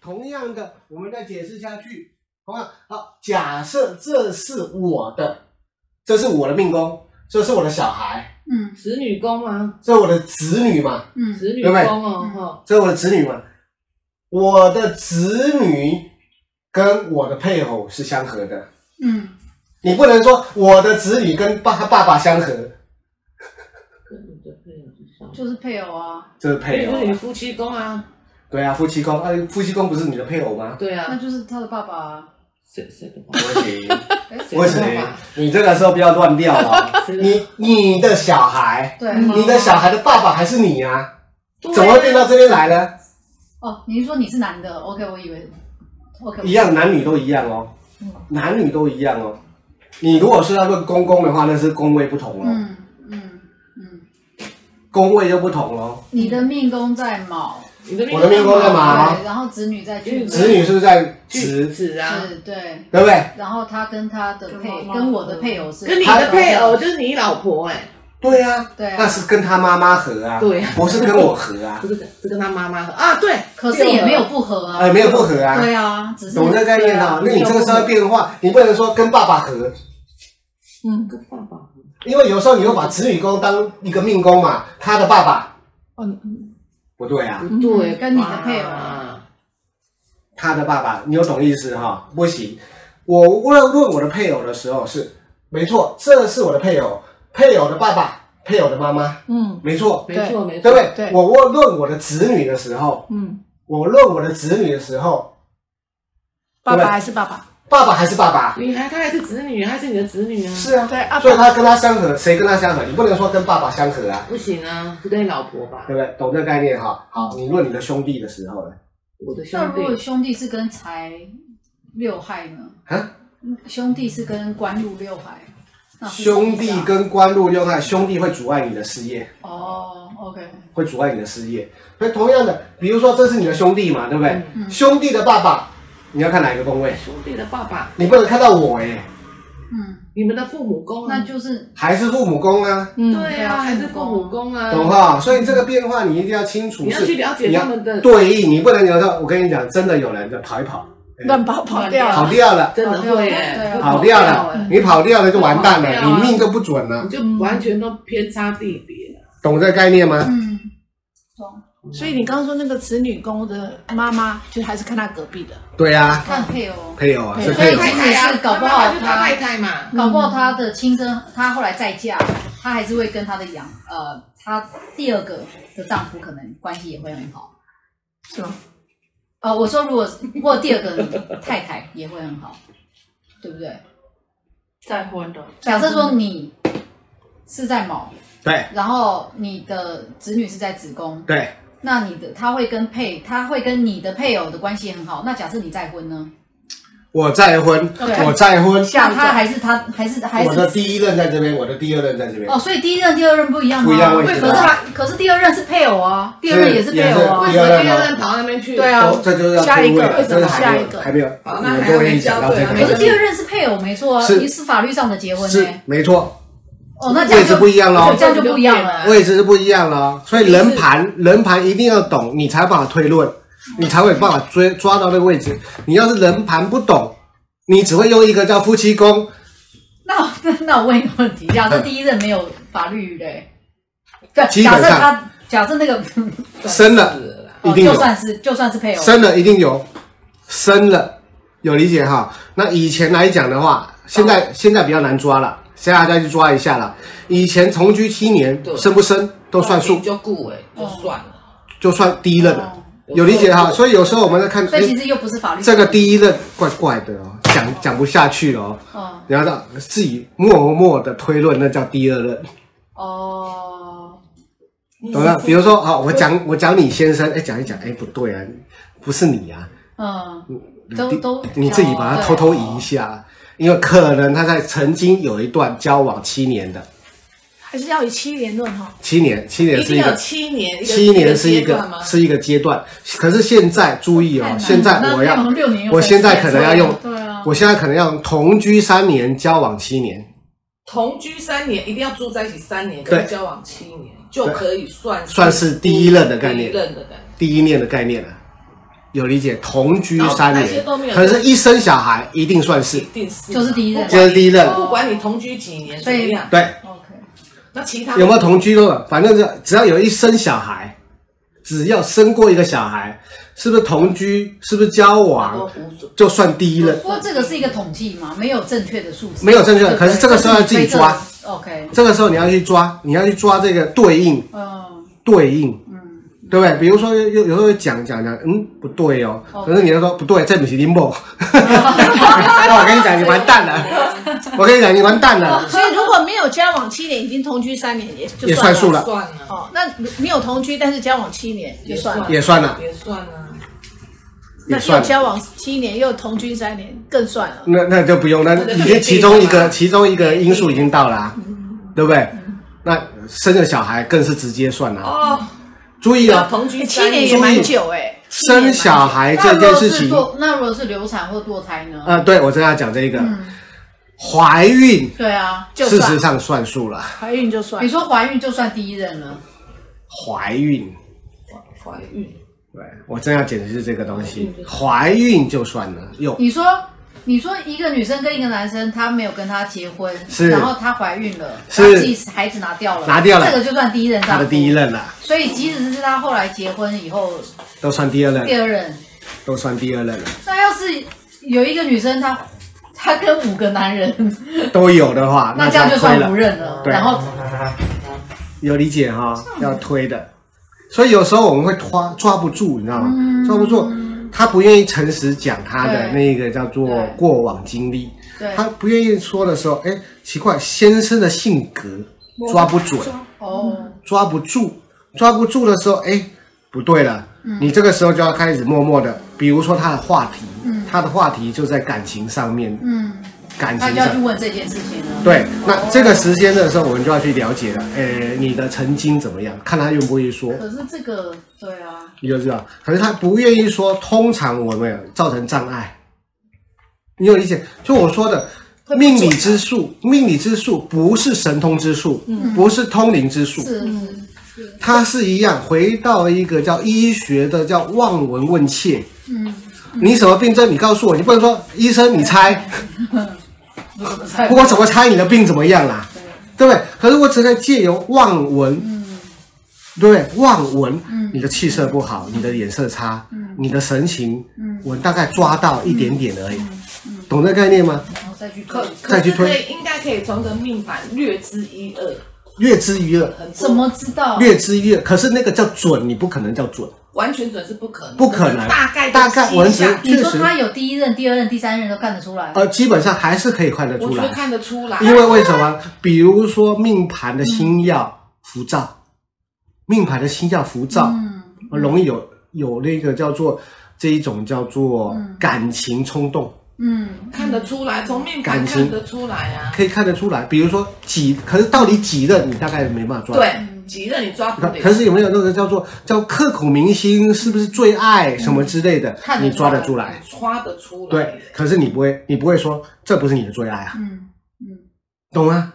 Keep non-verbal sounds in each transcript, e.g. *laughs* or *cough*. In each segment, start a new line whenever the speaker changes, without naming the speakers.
同样的，我们再解释下去，好不好？好，假设这是我的，这是我的命宫，这是我的小孩，
嗯
子女宫吗？
这是我的子女嘛，
嗯
子女
对
宫
不对
哦，哈，
这是我的子女嘛。我的子女跟我的配偶是相合的，
嗯，
你不能说我的子女跟爸爸爸相合，
跟你的配偶是相，
就是配偶啊，
这是配
因
偶
为不是你
啊。
夫妻宫啊？
对啊，夫妻宫，啊，夫妻宫不是你的配偶
*laughs*
吗？
对
那
啊，
就是他的爸爸啊。
谁谁的爸爸？
不行，
哎
不
谁的
行
爸，
你这个时候不要乱掉了。
谁啊的
你你的小孩，
对，
嗯
你的小孩的爸爸还是你啊？
对啊
怎么会变到这边来呢？
哦，你是说你是男的？OK，我以为 OK
一样，男女都一样哦
嗯，
男女都一样哦。你如果是要论公公的话，那是宫位不同哦，
嗯嗯嗯，
宫位又不同哦。
你的命宫在卯，
你的
我的命宫在卯
对，然后子女在巨门，
子女是不是在
子
子？
子啊，
是对，
对不对？
然后他跟他的
跟
配
妈妈
跟我的配偶是
跟你的配偶就是你老婆哎，
对啊，
对啊
那是跟他妈妈合啊，
对啊
不是跟我合啊
*laughs* 不，是跟是跟他妈妈的啊，对，
可是也没有不合啊
哎，，没有不合啊。
对啊，只是
懂这概念啊？
对啊
那你这个时候变化，你不能说跟爸爸合，
嗯，
跟爸爸
因为有时候你会把子女宫当一个命宫嘛，他的爸爸
哦，你
不对啊，
不对吧，
嗯跟你的配偶啊
他的爸爸，你有懂意思哈？不行，我问问我的配偶的时候是没错，这是我的配偶，配偶的爸爸，配偶的妈妈，
嗯
没错，
没错没
对不
错，
对？
对
我问论我的子女的时候，
嗯，
我论我的子女的时候，
爸
对
爸还是爸爸，
爸爸还是爸爸，
你还他还是子女，还是你的子女啊？
是啊，
对啊，
所以他跟他相合，谁跟他相合？你不能说跟爸爸相合啊。
不行啊，不跟你老婆吧？
对不对？懂这概念哈。好，你论你的兄弟的时候呢？
我的兄
那如果
弟，
兄弟是跟财六害呢？
啊，
兄弟是跟官禄六害，那是什么意
兄
思啊
弟跟官禄六害，兄弟会阻碍你的事业，
哦，OK，
会阻碍你的事业。所以同样的，比如说这是你的兄弟嘛，对不对？
嗯
嗯
兄弟的爸爸，你要看哪一个宫位？
兄弟的爸爸，
你不能看到我哎、
嗯，
你们的父母宫啊，
那就是
还是父母宫啊，
嗯，
对啊，还是父母宫啊，
懂哈？所以这个变化你一定要清楚
你要去
是
了解
你要
他们的，
对应，你不能有时候我跟你讲，真的有人在跑一跑，
乱跑跑掉
跑
了，
掉了，
真的会
对
耶，
啊
会
跑掉
跑
了，
耶，
你跑掉了就完蛋
跑
了，
掉啊
你命就不准了
你，就完全都偏差地别了。
懂这个概念吗？
嗯，懂
所以你刚刚说那个子女宫的妈妈，就还是看他隔壁的，
对啊，
看配偶，
配偶啊，
对
是
所
配
以
偶啊。
太太啊，
是搞不好
他妈妈就是他
他
太太嘛，
搞不好他的亲生，他后来再嫁，他还是会跟他的养呃，他第二个的丈夫可能关系也会很好。
是吗？
呃，我说如果或第二个太太也会很好，对不对？
再婚的，
假设说你是在卯，
对
然后你的子女是在子宫，
对，
那你的他会跟配，他会跟你的配偶的关系很好。那假设你再婚呢？
我再婚，
对
我再婚，
那他还是他还是还
我的
是
第一任在这边，我的第二任在这边，
哦，所以第一任、第二任不一样吗？啊
不一样位
可
置
是
的
他可是第二任是配偶啊，第二任也是配偶
也
啊
是
为。什么第二任跑到那边去？
对啊
哦，这就是要
下一个
退位了
为什
这
么
个还没
下一
有
个
还没有，
好
我
那
们
还
都
没
已经讲到
交
这
对
个
还没
可
了
是第二任是配偶没错啊，
是
你是法律上的结婚
是
呢。
没错，
哦，那这
位
样
置
就
不一样啊喽
对，这样就不一样
嗯
了。
位置是不一样了，所以人盘人盘一定要懂，你才有办法推论，你才会有办法追抓到那个位置。你要是人盘不懂，你只会用一个叫夫妻宫，
那我 *laughs* 那我问一个问题：假设第一任没有法律嘞，对，
嗯基本
假
上
设他假设那个
啊
生了
死了啦
一
哦，
定有
就算是就算是配偶，
生了一定有，生了有理解哈。那以前来讲的话，现在、现在比较难抓了，现在大家去抓一下了。以前同居七年，
对
生不生都算
那
数
你，就顾哎，就算了。
就算第一任了，
哦
有理解哈。所以有时候我们在看，
所以其
诶
实又不是法律
这个第一任怪怪的哦，讲讲不下去了哦，
哦
然后让自己默默的推论，那叫第二任，
哦，
懂吗？比如说，好，我讲我讲你先生，哎，讲一讲，哎，不对啊，不是你啊，
嗯，
你
都
第
都
你自己把它偷偷移一下，因为可能他在曾经有一段交往七年的，
还是要以七年论哈，
七年七年
一
是
定
一
有
个
七年，一个
七年是一
阶段
个
吗
是一个阶段，可是现在注意
太
哦，
难了
现在
那
我要
那种六年又
我
分
现在
手
可能要用
对啊，
我现在可能要同居三年，交往七年
同居三年，一定要住在一起三年，
对
跟交往七年就可以算
算是第一任的概念
第一任的概念。
第一念的概念了，有理解，同
哦
居三
哪些
年
都没，有
可是一生小孩一定算是
一，定是
就是第一任
不
这
管
是第一任，
不管你同居几年怎么样，
对，
OK，
那其他
有没有同居都，反正是只要有一生小孩，只要生过一个小孩，是不是同居，是不是交
都
往，
无所
就算第一任。
不过这个是一个统计嘛，没有正确的数字，
没有正确的
对不
可
对
是这个时候要自己抓。
这是你推测的 OK，
这个时候你要去抓，你要去抓这个对应
嗯，
对应，对不对？比如说有有有时候讲讲讲，嗯，不对哦，
哦
可是你就说不对，这不是林某，那我跟你讲，你完蛋了，我跟你讲，你完蛋了，
所以如果没有交往七年，已经同居三年，也就
也
算
算数
了。
了
算了，
哦，那如没有同居，但是交往七年就算了。
也算了，
也算了。
那
也
又
算了，
交往七年，又同居三年，更算了。
那那就不用，那
那就
已经其中一
可以
个其中一个因素已经到了啊，对不对？那生了小孩更是直接算了，啊
哦，
注意哦，
同居
欸七
三
年也蛮久哎、
七年
生小孩哎这
那
件
如果
事
是
情，
堕，那如果是流产或堕胎呢？
呃，对我正要讲这个，怀孕
对啊，
就
事
算
实上算数了，
怀孕就算
你。说怀孕就算第一任了，
怀孕，
怀
*laughs*
孕，
对我正要解的是这个东西，怀孕就算了，有
你说。你说一个女生跟一个男生，他没有跟他结婚，
是
然后她怀孕了，
是
她自己孩子拿掉了，
拿掉了
这个就算第一任丈
他
夫。
的第一，任了，
所以即使是她后来结婚以后，
都算第二
第
任，
二任，
都算第二任了，
那要是有一个女生她她跟五个
*laughs*
男人，
都有的话，
那这
要
样就
推
算
了
五，任了。
对
然后
有理解哈、要推的，所以有时候我们会抓抓不住，你知道吗？抓不住，他不愿意诚实讲他的
嗯对
那个叫做
对
过往经历，
对，
他不愿意说的时候，哎，奇怪，先生的性格抓不准，
哦，
抓不住，抓不住的时候，哎，不对了，
嗯
你这个时候就要开始默默的，比如说他的话题，他的话题就在感情上面，
嗯，
感
她
情
就要去
上。
问这件事情了。
对，那这个时间的时候，我们就要去了解了，呃，你的曾经怎么样？看他愿不愿意说，
可是这个，对啊，
你就知道。可是他不愿意说，通常我们有造成障碍。你有理解？就我说的，命理之术，命理之术不是神通之术，不是通灵之术，
嗯是是
它是一样，回到一个叫医学的叫望闻问切。
嗯，
你什么病症？你告诉我，你不能说医生你猜，
*laughs*
我怎么猜
我怎么猜你的病怎么样啦、对不对？可是我只能借由望闻，
嗯
对不对？望闻，你的气色不好，
嗯
你的脸色差，你的神情，我大概抓到一点点而已，
嗯
懂这概念吗？
然后再去
可
推
可
再去
是
推
可以应该可以从这命盘略知一二，
略知一二，
很多
怎么知道？
略知一二，可是那个叫准，你不可能叫准，
完全准是不可能，
不可能
大概
大概
我
文字
你说
确实
她有第一任、第二任、第三任都看得出来，
呃，基本上还是可以看得
我
出
觉得
来。
看得出来，
因为为什么？比如说命盘的星耀浮躁，命盘的星耀浮躁，
嗯，
容易有有那个叫做这一种叫做感情冲动，
嗯，
看得出来，从命盘
感情
看得出来啊。
可以看得出来。比如说几，可是到底几任你大概没办法抓。。
对，几任你抓不
嗯可
了，
可是有没有那个叫做叫刻骨铭心，是不是最爱什么之类的，
看得出来
你抓得出来？
抓嗯得出来。
对，，可是你不会，你不会说这不是你的最爱啊，
嗯，
懂吗？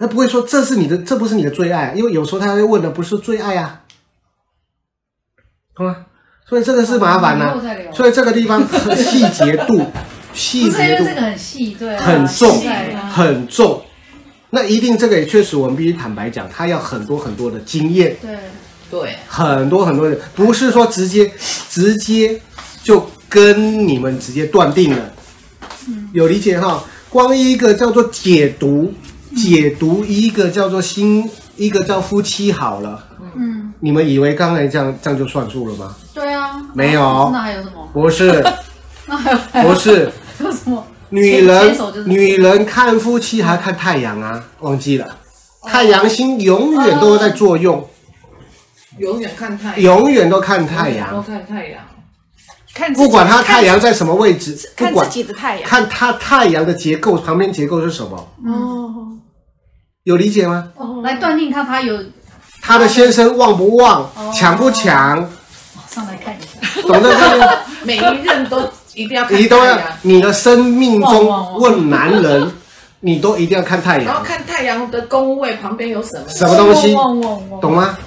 他不会说这是你的，这不是你的最爱，因为有时候他会问的不是最爱啊，懂吗？所以这个是麻烦啊
以
啦、
后再聊
所以这个地方很细节
*laughs*
度，细
不是因
节
为
度
这个很细，对啊，
很重
细啊
很重。那一定这个也确实，我们必须坦白讲，他要很多很多的经验，
对，
对，
很多很多的，不是说直接直接就跟你们直接断定了，有理解哈？光一个叫做解读，解读一个叫做新，一个叫夫妻好了，
嗯，
你们以为刚才这样这样就算数了吗？
对啊，
没有
那还有什么？ *laughs*
不是，
那还有还有
不是，
有什么？
女
牵
人
手就是
女人看夫妻还要看太阳啊，忘记了，
哦
太阳星永远都在作用，
永远看
哎
太阳，
永远都看太
多
阳，
看太阳。
哎
看自己
不管它太阳在什么位置，不
看
管
自己的太阳。
看它太阳的结构，旁边结构是什么？
哦，
有理解吗？
来断定看他有
他的先生旺不旺，强不强，
上来看一下，
懂这个？
每一任都一定要
*laughs*
看
你都
太
要
阳，
你的生命
旺旺
中
旺
问男人，你都一定要看太
然后
阳，
*laughs* 看太阳的宫位旁边有什么，
什么东西，
旺旺旺旺
懂吗？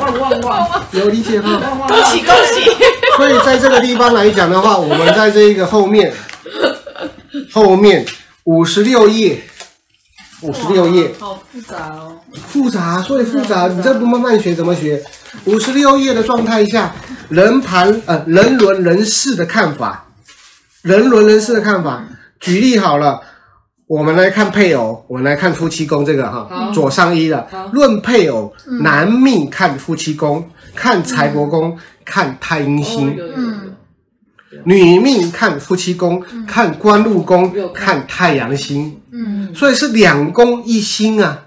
旺旺旺旺
有理解吗？
旺旺，
恭喜恭喜！
所以在这个地方来讲的话，我们在这个后面，后面五十六页，五十六页
哇好复杂哦。
复杂，所以复杂，你这不慢慢学怎么学？五十六页的状态下，人盘呃人伦人事的看法，人伦人事的看法。举例好了，我们来看配偶，我们来看夫妻宫这个哈
好，
左上一的
好
论配偶，
嗯
男命看夫妻宫，看财帛宫，看太阴星。
哦有有有
嗯
女命看夫妻宫，看官禄宫，
有
看太阳星，
嗯
所以是两宫一星啊。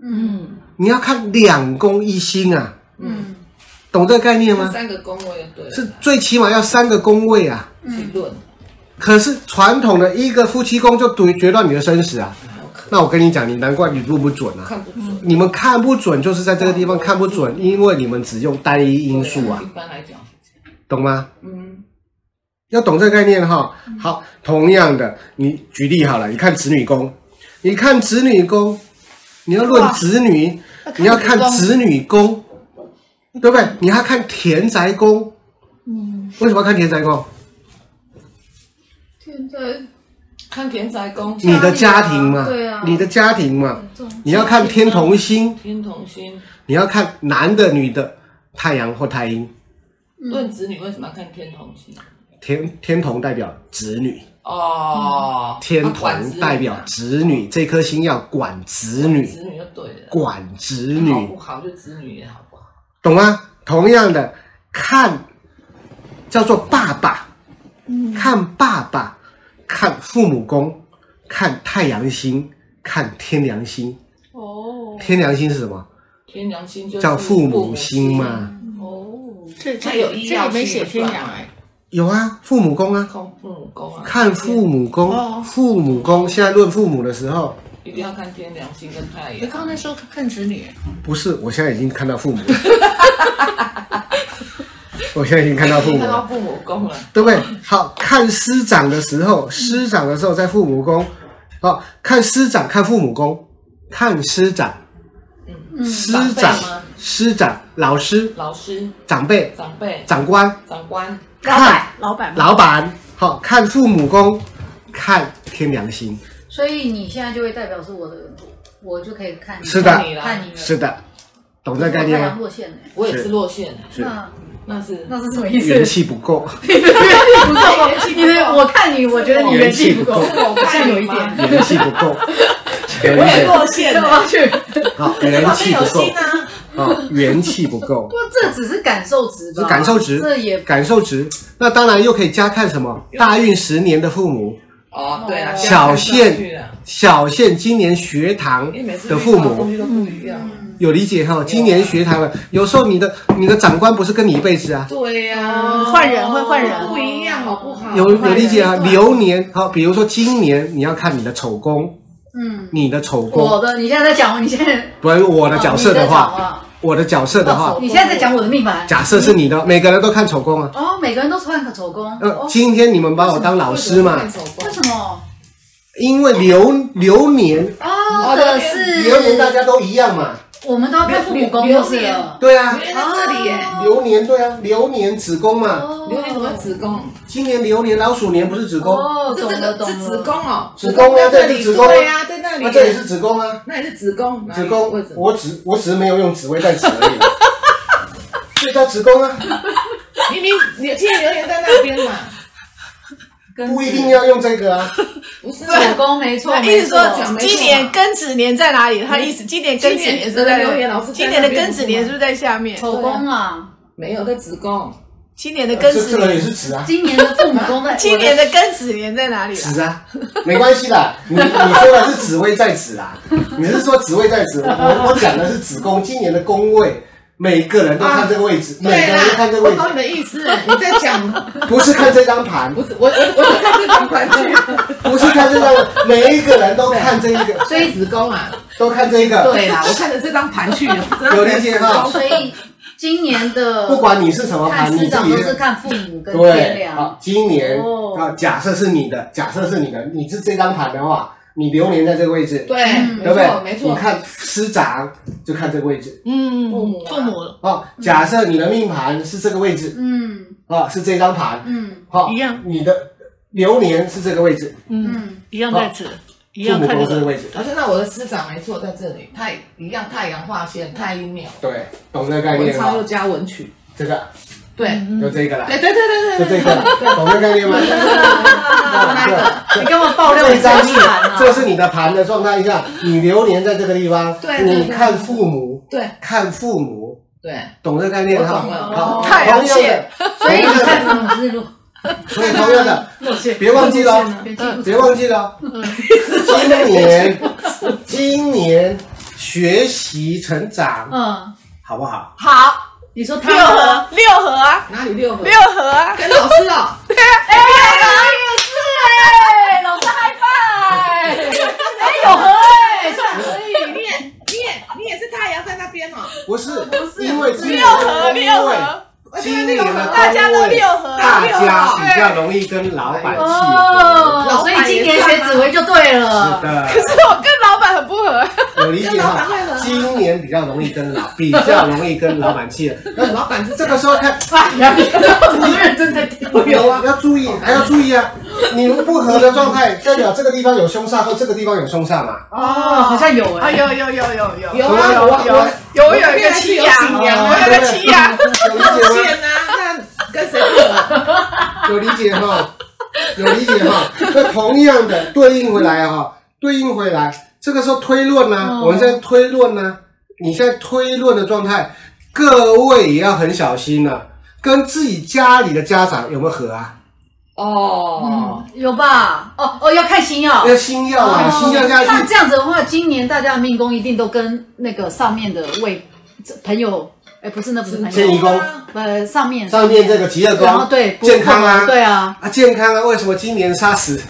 嗯
你要看两宫一星啊，
嗯
懂这个概念
这
吗？
三个宫位对了，
是最起码要三个宫位啊。
理论，
可是传统的一个夫妻宫就决决断你的生死啊。
好可
那我跟你讲，你难怪你入不准啊。
看不准。
你们看不准，就是在这个地方看不准，因为你们只用单一因素啊
一，般来讲，
懂吗？
嗯，
要懂这个概念哈。好，同样的，你举例好了，你看子女宫，你看子女宫，你要论
哇
子女，
看
你要看
子宫
子女宫，对不对？你还要看田宅宫，
嗯，
为什么要看田宅宫？
现在
看田宅宫，
你的家庭嘛，
对啊
你的家庭嘛，
重
你要看天同星，
天同星
你要看男的、女的，太阳或太阴，
嗯
论子女为什么要看天同星？
天天同代表子女，
哦，
天
他管子
同
女啊
代表子女，这颗星要管子女，
子女就对了，
管子
好
女。
不好就子女也好不好？
懂吗？同样的，看叫做爸爸，看爸爸，看父母宫，看太阳星，看天梁星。
哦
天梁星是什么？
天良心就是
叫父母星嘛。
哦，
这
它有医
这
药
个
性
没写
不
天
算
阳
吗
哎，
有啊，父母宫啊，
看父母宫啊，
看父母宫，
哦
父母宫。现在论父母的时候，
一定要看天良心跟太
你
阳。
刚才说看子女，
不是，我现在已经看到父母了。我现在已经看到父母
看
了。
到父母宫了，
对不对？好看师长的时候，师长的时候在父母宫，好看师长看父母宫，看师长，
嗯
师
长辈
长
吗
师长老师
老师、
长辈
长辈、
长官
长官，
老
看
板老板嘛
老板，好看父母宫，看天良心，
所以你现在就会代表是我的，我就可以看你，
是的
看你了，看你了
是的，懂这个概念啊吗
太阳？落线了
我也是落线，
是
那
那是
那是什么意思？
元气不够，
不是我，你的 *laughs* 我看你，我觉得你元气不够，
元气
不够
好像有一点，
元气不
*laughs*
够，有一
我也
点
落线
我
了，
要去。
好
旁
元
边
气
有
不够
心啊，
啊，元气不够
不。过这只是感受值吧，
是感受值
啊这也
感受值，那当然又可以加看什么？大运十年的父母，
哦，对啊，
小
线去
县
了，
小县今年学堂
因为哎每次
的父
遇到东
母
西都不一样。
有理解哈？今年学堂了，有时候你的你的长官不是跟你一辈子啊，
对呀，
换人会换人
不一样好不好？
有有理解啊？
对
流年好，比如说今年你要看你的丑宫，
嗯，
你的丑宫，
我的，你现在在讲，你现在
不然我的角色的话，
话，
我的角色的
哦
话，
你现在在讲我的命盘
假设是你的，每个人都看丑宫啊。
哦，每个人都是看手工，
呃，今天你们把我当老师嘛
为，什么会
哦为
有这
什么？
因为流流年
哦，可
流年大
是
家都一样嘛，
我们都要看父母宫就是了，
对
种
啊
原，来在这里耶，
流年对啊，流年子宫嘛，
流年什么子宫？
今年流年老鼠年不是子宫，
哦，
是
懂
这
了
个
懂
是子宫
了，
哦，
子宫啊
在
这里子宫
对呀，在那里，
那这也是，子宫啊，
那也是子宫，
子
哪里
宫
位置，
我只我只是没有用紫薇带紫而已 *laughs* 啊，这叫子宫啊，
明明你今天留言在那边嘛，
不一定要用这个啊，
不是啊
手工没
*laughs*
错，
他意思说
没错
讲没错嘛
今年庚子年在哪里？他意思今年庚子年是不是
今
在
年的留言老师在
今
那
年
边
的庚子年是不是在下面？
手工啊，
没有在子宫，
今年的
这
庚
这
子
个也
年，
是子
*laughs*
啊，
今年的父母宫在
*laughs* 今年的庚子年在哪里啦？
子啊，没关系的，你你说的是紫薇在子啊，你是说紫薇在子，我我讲的是子宫，今年的宫位。每个人都看这个位置，每
啊对
个人都
啦
看这，个
我
位
懂
置，
*laughs* 你的意思，你在讲，
不是看这张盘
不，是我我我看这种玩具，
不是看这张，每一个人都看这一个，
所以子宫啊，
都看这一个，
对啦，我看着这张盘去的，这张盘
有理解哈
所以今年的
不管你是什么
看
盘，你自
师
己
长都是看父母跟天
对，好
良，，
今年
哦
啊，假设是你的，假设是你的，你是这张盘的话，你流年在这个位置，
对，
嗯
*laughs* 对不对？
没错，
你看师长就看这个位置
嗯，
父母啊
父母
哦。假设你的命盘是这个位置
嗯
啊、哦，是这张盘，
嗯
好、
一样
你的流年是这个位置，
嗯，
嗯
一样在此，一
父
样
母
看
宫
这
是这个
个，
位置，
老师，那我的师长没错，在这里，太一样太阳化线，太阴庙，
对，懂这个概
文
念
超又
吗？
加文曲，
这个
对，
就这个了，
对对对对
嗯就
对
这个了，懂这个概念 *laughs* 吗？
那个
你干嘛爆
这张是
盘
这是你的盘的状态下，你流年在这个地方，
对对
你
对
看父母，
对
看父母，
对，
懂这个概念
我
哈？
懂了
好，
哦
同样的，
所以你看父母之路，
*laughs* 所以同样
*laughs*
的，别忘记了
*laughs*
哦，
别记住
别忘记了哦，今年今年学习成长
嗯，
好不好？
好，
你说
六
他
合六合啊，
哪里六合？
六合啊，
跟老师哦，
哎，老师嗨拜，哎有和哎，算可以，
你也你也你也是太阳在那边哦，
不是，因为今年
六合六
因为
合，
今年的
大家都六合，
大
六合
家比较容易跟老板契
哦，所以今年学紫薇就对
合，
了
是，的。
可是我跟老板很不合，
有理解
跟老板会
哈
合，
今年比较容易跟老， *laughs* 比较容易跟老板气了。那
老板是
这个时候看，
我认真在听，
有啊，要注意，还要注意啊。你们不合的状态，代表这个地方有凶煞，或这个地方有凶煞嘛？
哦，好像有
啊
哎，
有有有有有
有啊，我我
有我有一个七
有
羊，
新
我
娘
有一个七羊，
有理解吗？
线啊，那跟谁不合？
有理解哈，有理解哈。那同样的对应回来啊哈，对应回来，这个时候推论呢、
哦
我们现在推论呢、你现在推论的状态，各位也要很小心了、跟自己家里的家长有没有合啊？
哦，
嗯，有吧？哦哦，要看星耀。
要星耀啊，
哦
星耀下
那
去，
这样子的话，今年大家的命宫一定都跟那个上面的位这朋友，哎，不是那不是朋
迁移
友，
宫
呃，上面
上面这个极恶
然后
宫
对不
健康啊
对啊，
啊，健康啊，为什么今年杀死？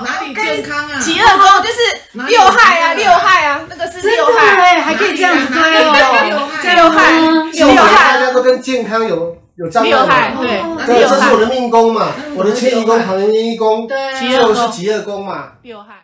哪里健康啊？
极恶宫就是六害啊，六害啊，那个是
真
六
的
害，
哎，还可以这样子
哪里啊
推
哪里
哦，
哪里
六害
嗯，
今
六
年大
害，
家都跟健康有有障
六
碍
害
嘛？，
哦
对，
对，
六
这是我
害，
的命宫嘛，
嗯
我的迁移宫、旁边迁移宫
对啊
极恶
就
宫
是极恶宫嘛。
六害。